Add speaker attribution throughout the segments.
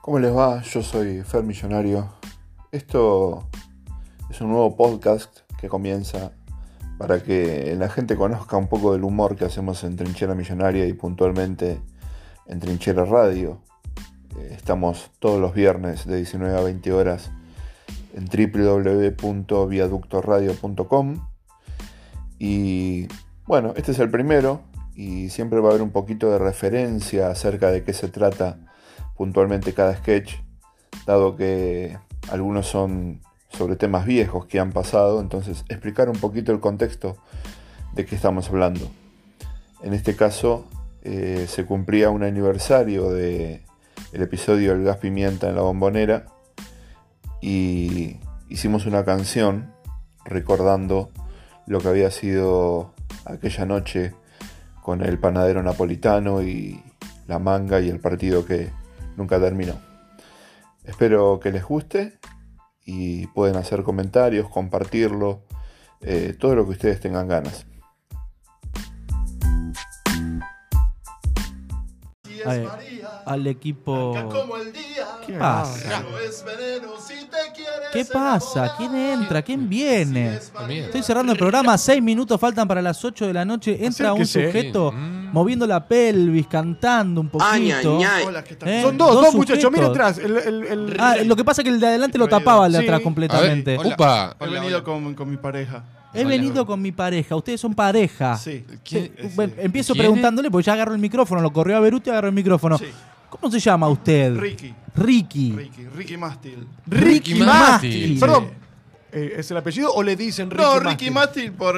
Speaker 1: ¿Cómo les va? Yo soy Fer Millonario. Esto es un nuevo podcast que comienza para que la gente conozca un poco del humor que hacemos en Trinchera Millonaria y puntualmente en Trinchera Radio. Eh, Estamos todos los viernes de 19 a 20 horas en www.viaductoradio.com y bueno, este es el primero y siempre va a haber un poquito de referencia acerca de qué se trata puntualmente cada sketch, dado que algunos son sobre temas viejos que han pasado, entonces explicar un poquito el contexto de qué estamos hablando. En este caso eh, se cumplía un aniversario de el episodio El gas pimienta en la bombonera y hicimos una canción recordando lo que había sido aquella noche con el panadero napolitano y la manga y el partido que nunca terminó. Espero que les guste y pueden hacer comentarios, compartirlo, eh, todo lo que ustedes tengan ganas.
Speaker 2: Si es
Speaker 3: A ver,
Speaker 2: María,
Speaker 3: al equipo.
Speaker 2: blanca como el día.
Speaker 3: ¿Qué pasa?
Speaker 2: Pero es veneno si te quieres
Speaker 3: ¿Qué pasa?
Speaker 2: enamorar.
Speaker 3: ¿Quién entra? ¿Quién
Speaker 2: Si
Speaker 3: viene?
Speaker 2: es María,
Speaker 3: Estoy cerrando el programa, seis minutos faltan para las 8 de la noche. Entra un
Speaker 4: Acérquese.
Speaker 3: sujeto moviendo la pelvis, cantando un poquito.
Speaker 2: Hola, ¿qué tal?
Speaker 3: Eh,
Speaker 4: Son dos, dos,
Speaker 3: dos
Speaker 4: muchachos.
Speaker 3: sujetos.
Speaker 4: Miren atrás. El, el, el-
Speaker 3: Ah, lo que pasa es que el de adelante lo tapaba el de
Speaker 4: Sí.
Speaker 3: atrás completamente.
Speaker 5: A ver, Upa.
Speaker 2: Hola,
Speaker 5: Hola,
Speaker 2: hola.
Speaker 4: he venido con, con mi pareja.
Speaker 3: He venido con mi pareja, ustedes son pareja.
Speaker 4: Sí.
Speaker 5: ¿Quién-
Speaker 3: Sí, eh, bueno, em,
Speaker 4: Ese-
Speaker 3: empiezo
Speaker 5: ¿Quién es?
Speaker 3: preguntándole, porque ya agarró el micrófono, lo corrió a Beruti y agarró el micrófono.
Speaker 4: Sí.
Speaker 3: ¿Cómo se llama usted?
Speaker 4: Ricky.
Speaker 3: Ricky.
Speaker 4: Ricky. Ricky Mastil.
Speaker 3: Ricky
Speaker 5: Ricky Masti.
Speaker 3: Masti.
Speaker 4: Perdón. eh, ¿Es el apellido o le dicen Ricky
Speaker 6: No,
Speaker 4: Mastil?
Speaker 6: Ricky Mastil por...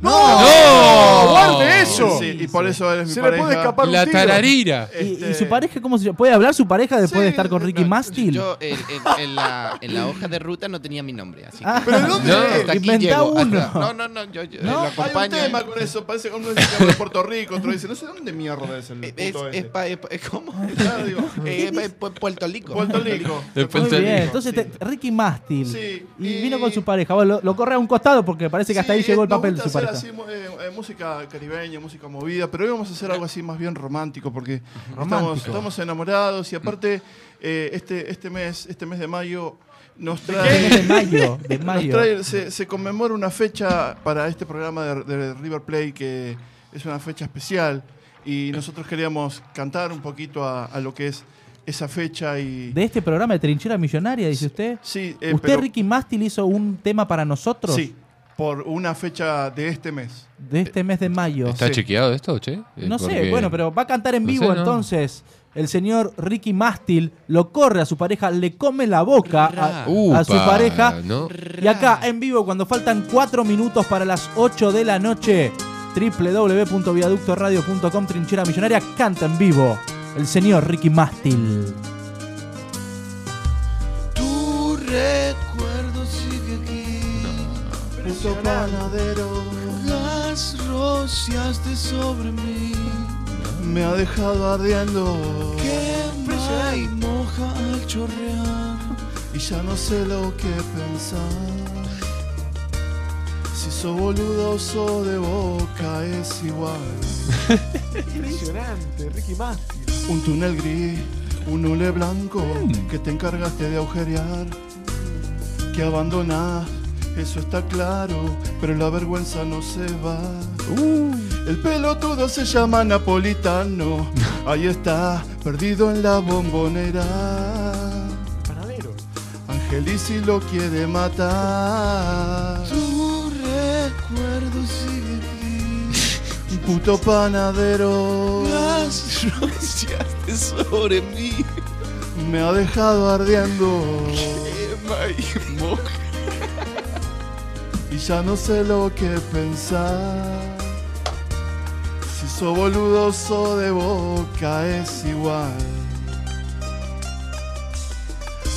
Speaker 4: ¡No!
Speaker 5: ¡No!
Speaker 3: Oh,
Speaker 4: ¡Guarde eso!
Speaker 6: Sí, y por eso eres mi
Speaker 4: Se le
Speaker 6: pareja.
Speaker 4: puede escapar un
Speaker 5: La
Speaker 4: tiro.
Speaker 5: tararira.
Speaker 3: ¿Y, y
Speaker 6: Este-
Speaker 3: su pareja cómo se llama? ¿Puede hablar su pareja después
Speaker 6: Sí,
Speaker 3: de estar con
Speaker 6: no,
Speaker 3: Ricky
Speaker 6: no,
Speaker 3: Mastil?
Speaker 7: Yo en, en- en la, en la hoja de ruta no tenía mi nombre, así que
Speaker 3: Ah,
Speaker 4: ¿Pero de dónde
Speaker 5: No.
Speaker 4: es?
Speaker 7: hasta aquí
Speaker 3: inventá
Speaker 7: llego, hasta-
Speaker 3: uno.
Speaker 7: no, no, no, yo, yo
Speaker 3: No,
Speaker 7: lo
Speaker 6: Hay un
Speaker 7: acompaño.
Speaker 6: tema con eso, parece que uno dice que habla de Puerto Rico, otro dice, no sé dónde mierda es el
Speaker 7: Es,
Speaker 6: puto este".
Speaker 7: es
Speaker 6: ese.
Speaker 7: pa- es pa- es como
Speaker 3: Ah,
Speaker 6: Claro, digo,
Speaker 7: eh, es pa- pu- Puerto Rico.
Speaker 6: Puerto Rico.
Speaker 5: De
Speaker 3: Muy
Speaker 5: Puerto
Speaker 3: bien,
Speaker 5: Rico.
Speaker 3: entonces
Speaker 6: Sí.
Speaker 3: te- Ricky Mástil.
Speaker 6: Sí,
Speaker 3: Y,
Speaker 6: y-
Speaker 3: vino con su pareja. Bueno, lo, lo corre a un costado porque parece que hasta ahí
Speaker 6: Sí,
Speaker 3: llegó el
Speaker 6: nos
Speaker 3: papel de
Speaker 6: gusta
Speaker 3: su pareja.
Speaker 6: hacer así, mu- eh, eh, música caribeña, música movida, pero hoy vamos a hacer algo así más bien romántico porque Estamos,
Speaker 3: Romántico.
Speaker 6: estamos enamorados y aparte eh, este, este mes, este mes de mayo nos
Speaker 3: Viene De
Speaker 6: trae,
Speaker 3: este mayo, de
Speaker 6: nos
Speaker 3: mayo.
Speaker 6: trae- se, se conmemora una fecha para este programa de, de River Play que es una fecha especial y nosotros queríamos cantar un poquito a, a lo que es esa fecha y
Speaker 3: De este programa de Trinchera Millonaria, dice usted.
Speaker 6: sí, eh,
Speaker 3: ¿Usted,
Speaker 6: pero-
Speaker 3: Ricky Mástil, hizo un tema para nosotros
Speaker 6: sí, por una fecha de este mes.
Speaker 3: de este mes de mayo?
Speaker 5: ¿Está
Speaker 6: Sí.
Speaker 5: chequeado esto, che? Eh,
Speaker 3: No sé,
Speaker 5: porque-
Speaker 3: bueno, pero va a cantar en
Speaker 5: No
Speaker 3: vivo
Speaker 5: sé, ¿no?
Speaker 3: entonces. El señor Ricky Mástil lo corre a su pareja, le come la boca a,
Speaker 5: Upa,
Speaker 3: a su pareja.
Speaker 5: ¿no?
Speaker 3: Y acá en vivo, cuando faltan 4 minutos para las 8 de la noche, www.viaductoradio.com, Trinchera Millonaria, canta en vivo el señor Ricky Mástil.
Speaker 7: Tu recuerdo sigue aquí.
Speaker 6: Puto panadero
Speaker 7: Las rociaste sobre mí.
Speaker 6: me ha dejado ardiendo
Speaker 7: me moja al chorrear.
Speaker 6: Y ya no sé lo que pensar. Si soy boludo o so de boca es igual.
Speaker 4: Impresionante, Ricky Mastil.
Speaker 6: Un túnel gris, un hule blanco que te encargaste de agujerear. Que abandonás, eso está claro, pero la vergüenza no se va. El pelotudo se llama napolitano. Ahí está, perdido en la bombonera.
Speaker 4: Panadero.
Speaker 6: Angelici lo quiere matar.
Speaker 7: Tu recuerdo sigue aquí.
Speaker 6: Un puto panadero
Speaker 7: Las rociaste sobre mí.
Speaker 6: me ha dejado ardiendo.
Speaker 7: Emma y moja.
Speaker 6: Y ya no sé lo que pensar. Si soy boludo o so de boca es igual.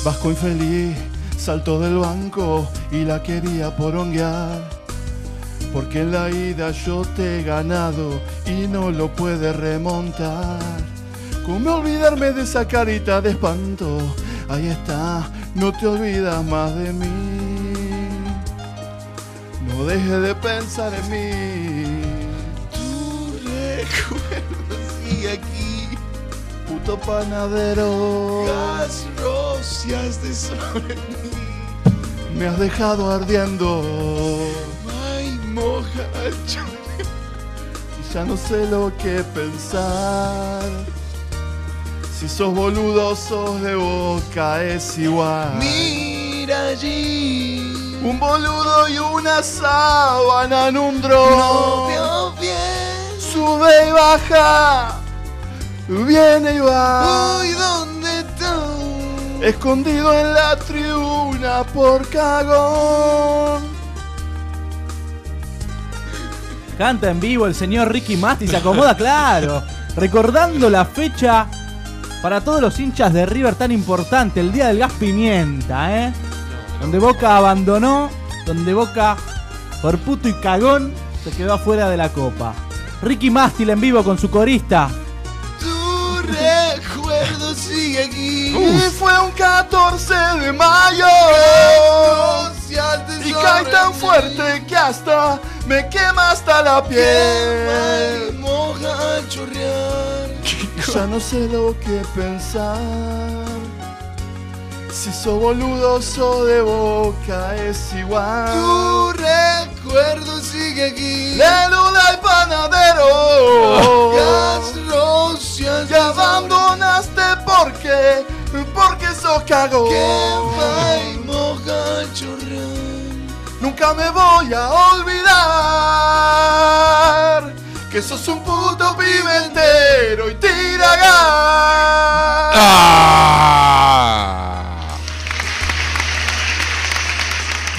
Speaker 6: Vasco infeliz saltó del banco y la quería poronguear. Porque en la ida yo te he ganado y no lo puedes remontar. ¿Cómo olvidarme de esa carita de espanto? Ahí está, no te olvidas más de mí. No dejes de pensar en mí.
Speaker 7: Tu recuerdo sigue aquí.
Speaker 6: puto panadero.
Speaker 2: Las rocias de sobre mí.
Speaker 6: Me has dejado ardiendo
Speaker 2: Ay, moja al chorro.
Speaker 6: y ya no sé lo que pensar. Si sos boludo, sos de boca, es igual.
Speaker 2: Mira allí.
Speaker 6: Un boludo y una sábana en un dron.
Speaker 2: No te obvies.
Speaker 6: Sube y baja, viene y va.
Speaker 2: Uy, ¿dónde tú?
Speaker 6: Escondido en la tribuna por cagón.
Speaker 3: Canta en vivo el señor Ricky Masti, se acomoda, claro. Recordando la fecha para todos los hinchas de River tan importante, el día del gas pimienta, ¿eh? Donde Boca abandonó, donde Boca, por puto y cagón, se quedó afuera de la copa. Ricky Mástil en vivo con su corista.
Speaker 2: Tu recuerdo sigue aquí.
Speaker 6: Y fue un 14 de mayo.
Speaker 2: Rocias de
Speaker 6: Y cae
Speaker 2: sobre
Speaker 6: tan
Speaker 2: mí.
Speaker 6: fuerte que hasta me quema hasta la
Speaker 2: Ay,
Speaker 6: piel.
Speaker 2: moja al chorrear.
Speaker 6: Ya no sé lo que pensar. Si sos boludo, sos de boca, es igual.
Speaker 2: Tu recuerdo sigue aquí.
Speaker 6: Neruda y panadero.
Speaker 2: Las rocias
Speaker 6: Ya abandonaste porque, porque sos cagón.
Speaker 2: Que moja al chorrear.
Speaker 6: Nunca me voy a olvidar que sos un puto pimentero y tira gas.
Speaker 5: ¡Ah!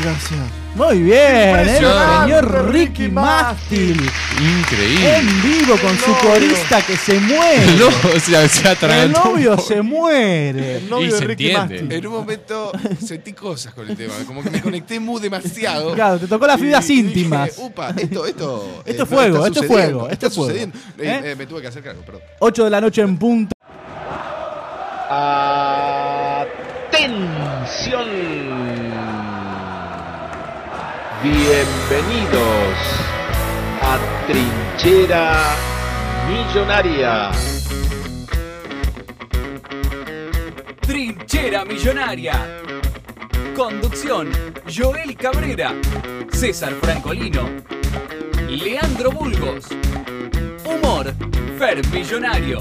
Speaker 6: Gracias.
Speaker 3: Muy bien, ¿eh? el
Speaker 6: Impresionante,
Speaker 3: señor Ricky
Speaker 6: Ricky
Speaker 3: Mástil.
Speaker 5: Increíble.
Speaker 3: En vivo con su
Speaker 6: novio.
Speaker 3: corista que se muere.
Speaker 5: No, o sea, se
Speaker 3: El
Speaker 5: atragantó.
Speaker 3: novio se muere.
Speaker 4: El novio
Speaker 5: Y
Speaker 4: de
Speaker 5: se
Speaker 4: Ricky
Speaker 5: entiende.
Speaker 4: Masti.
Speaker 5: Eh,
Speaker 7: En un momento sentí cosas con el tema, como que me conecté muy demasiado.
Speaker 3: Claro, te tocó las
Speaker 7: Y-
Speaker 3: fibras
Speaker 7: y dije,
Speaker 3: íntimas.
Speaker 7: Upa, esto, esto. eh,
Speaker 3: Esto es
Speaker 7: no
Speaker 3: fuego, esto
Speaker 7: está
Speaker 3: es
Speaker 7: sucediendo,
Speaker 3: fuego,
Speaker 7: no
Speaker 3: esto
Speaker 7: está
Speaker 3: es fuego.
Speaker 7: sucediendo. Eh,
Speaker 3: ¿Eh?
Speaker 7: eh, me tuve que hacer cargo, perdón.
Speaker 3: 8 de la noche en punto.
Speaker 8: Atención. Bienvenidos a Trinchera Millonaria.
Speaker 9: Trinchera Millonaria. Conducción: Joel Cabrera, César Francolino, Leandro Bulgos. Humor: Fer Millonario.